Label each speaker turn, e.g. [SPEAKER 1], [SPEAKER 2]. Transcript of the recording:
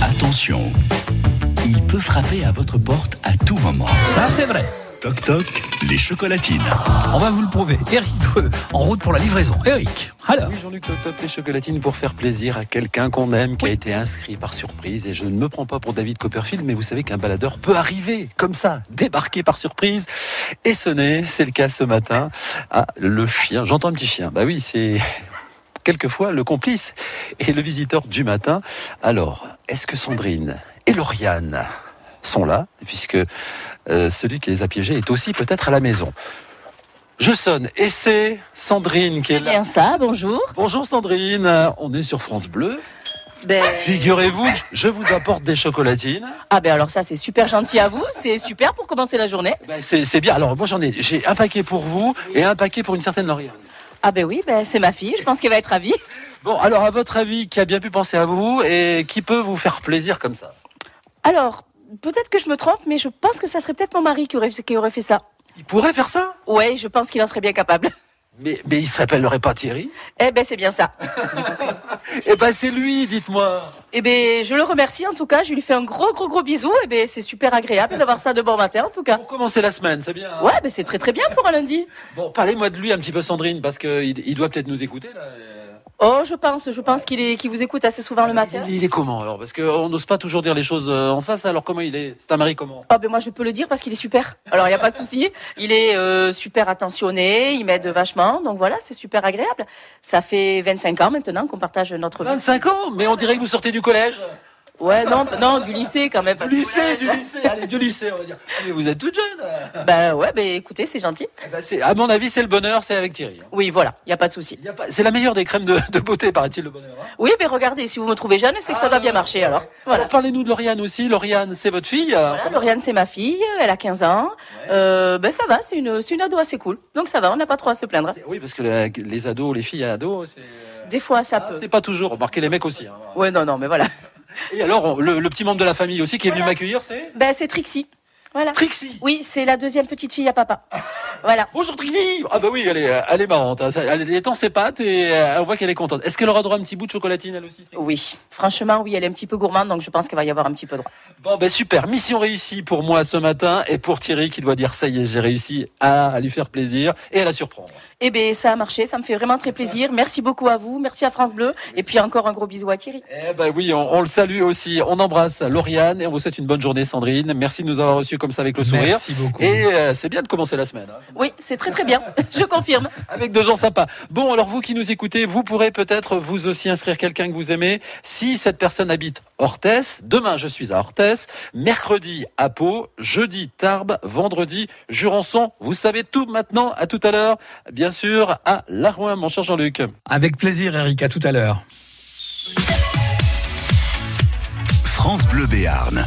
[SPEAKER 1] Attention, il peut frapper à votre porte à tout moment.
[SPEAKER 2] Ça, c'est vrai.
[SPEAKER 1] Toc toc, les chocolatines.
[SPEAKER 2] On va vous le prouver. Eric, Dreux, en route pour la livraison. Eric, alors.
[SPEAKER 3] Oui, Jean-Luc Top Top, les chocolatines pour faire plaisir à quelqu'un qu'on aime, qui a
[SPEAKER 2] Oui.
[SPEAKER 3] été inscrit par surprise. Et je ne me prends pas pour David Copperfield, mais vous savez qu'un baladeur peut arriver comme ça, débarquer par surprise et sonner. C'est le cas ce matin. Ah, le chien. J'entends un petit chien. Bah oui, c'est quelquefois le complice et le visiteur du matin. Alors, est-ce que Sandrine et Lauriane sont là, puisque euh, celui qui les a piégés est aussi peut-être à la maison je sonne et c'est Sandrine qui est là.
[SPEAKER 4] Bien ça, bonjour.
[SPEAKER 3] Bonjour Sandrine, on est sur France Bleu.
[SPEAKER 4] Ben,
[SPEAKER 3] Figurez-vous, que je vous apporte des chocolatines.
[SPEAKER 4] Ah ben alors ça c'est super gentil à vous, c'est super pour commencer la journée.
[SPEAKER 3] Ben, c'est c'est bien. Alors moi j'en ai, j'ai un paquet pour vous et un paquet pour une certaine Lauriane.
[SPEAKER 4] Ah ben oui, ben c'est ma fille, je pense qu'elle va être ravie.
[SPEAKER 3] Bon, alors à votre avis, qui a bien pu penser à vous et qui peut vous faire plaisir comme ça
[SPEAKER 4] Alors, peut-être que je me trompe, mais je pense que ça serait peut-être mon mari qui aurait, qui aurait fait ça.
[SPEAKER 3] Il pourrait faire ça,
[SPEAKER 4] Ouais, je pense qu'il en serait bien capable.
[SPEAKER 3] mais, mais il se rappellerait pas Thierry.
[SPEAKER 4] Eh ben c'est bien ça.
[SPEAKER 3] Eh ben c'est lui, dites-moi.
[SPEAKER 4] Eh ben je le remercie en tout cas, je lui fais un gros gros gros bisou, et ben c'est super agréable d'avoir ça de bon matin en tout cas.
[SPEAKER 3] Pour commencer la semaine, c'est bien. hein
[SPEAKER 4] Ouais, ben c'est très très bien pour un lundi.
[SPEAKER 3] Bon, parlez-moi de lui un petit peu Sandrine, parce qu'il il doit peut-être nous écouter là.
[SPEAKER 4] Oh, je pense, je pense qu'il est- qu'il vous écoute assez souvent le matin.
[SPEAKER 3] Il, il est comment alors Parce qu'on n'ose pas toujours dire les choses euh, en face, alors comment il est C'est un mari comment
[SPEAKER 4] Ah ben moi je peux le dire parce qu'il est super. Alors il n'y a pas de souci. Il est euh, super attentionné, il m'aide vachement, donc voilà, c'est super agréable. Ça fait 25 ans maintenant qu'on partage notre vie.
[SPEAKER 3] 25 ans, mais on dirait que vous sortez du collège.
[SPEAKER 4] Ouais, non, non, du lycée quand même. pas
[SPEAKER 3] Du lycée, du lycée, allez, du lycée, on va dire. Ah, Mais vous êtes toute jeune.
[SPEAKER 4] Ben ouais, ben écoutez, c'est gentil.
[SPEAKER 3] Eh ben, c'est- à mon avis, c'est le bonheur, c'est avec Thierry. hein.
[SPEAKER 4] Oui, voilà, il n'y a pas de souci.
[SPEAKER 3] Il y a pas- C'est la meilleure des crèmes de, de beauté, paraît-il, le bonheur. hein.
[SPEAKER 4] Oui, ben regardez, si vous me trouvez jeune, c'est que ça
[SPEAKER 3] Ah,
[SPEAKER 4] doit bien
[SPEAKER 3] non,
[SPEAKER 4] marcher alors. Voilà.
[SPEAKER 3] Alors, Parlez-nous de Lauriane aussi. Lauriane, c'est votre fille. euh,
[SPEAKER 4] Voilà, Lauriane, c'est ma fille, elle a 15 ans. Euh, ben ça va, c'est une, c'est une ado assez cool. Donc ça va, on n'a pas trop à se plaindre.
[SPEAKER 3] c'est- Oui, parce que la- les ados, les filles ados, c'est.
[SPEAKER 4] Des fois, ça
[SPEAKER 3] Ah,
[SPEAKER 4] peut.
[SPEAKER 3] c'est pas toujours. Remarquez les mecs aussi. hein.
[SPEAKER 4] Ouais, non, non, mais voilà.
[SPEAKER 3] Et alors, on- le, le petit membre de la famille aussi qui est venu m'accueillir, c'est
[SPEAKER 4] Ben c'est Trixie. Voilà.
[SPEAKER 3] Trixie.
[SPEAKER 4] Oui, c'est la deuxième petite fille à papa. Voilà.
[SPEAKER 3] Bonjour Trixie Ah bah oui, elle est, elle est marrante. hein. Ça- Elle étend ses pattes et euh, on voit qu'elle est contente. Est-ce qu'elle aura droit à un petit bout de chocolatine elle aussi Trixie
[SPEAKER 4] Oui, franchement, oui, elle est un petit peu gourmande, donc je pense qu'il va y avoir un petit peu droit.
[SPEAKER 3] Bon ben super, mission réussie pour moi ce matin et pour Thierry qui doit dire ça y est, j'ai réussi à, à lui faire plaisir et à la surprendre.
[SPEAKER 4] Eh bien, ça a marché, ça me fait vraiment très plaisir. Merci beaucoup à vous, merci à France Bleu, et puis encore un gros bisou à Thierry.
[SPEAKER 3] Eh ben oui, on, on le salue aussi, on embrasse Lauriane et on vous souhaite une bonne journée Sandrine. Merci de nous avoir reçus comme ça avec le sourire.
[SPEAKER 2] Merci beaucoup.
[SPEAKER 3] Et euh, c'est bien de commencer la semaine. hein.
[SPEAKER 4] Oui, c'est très très bien, je confirme.
[SPEAKER 3] avec des gens sympas. Bon, alors vous qui nous écoutez, vous pourrez peut-être vous aussi inscrire quelqu'un que vous aimez. Si cette personne habite Orthès, demain je suis à Orthès, mercredi à Pau, jeudi Tarbes, vendredi Jurançon. Vous savez tout maintenant, à tout à l'heure, bien sûr, à Larouin, mon cher Jean-Luc.
[SPEAKER 2] Avec plaisir, Eric, à tout à l'heure.
[SPEAKER 1] France Bleu Béarn.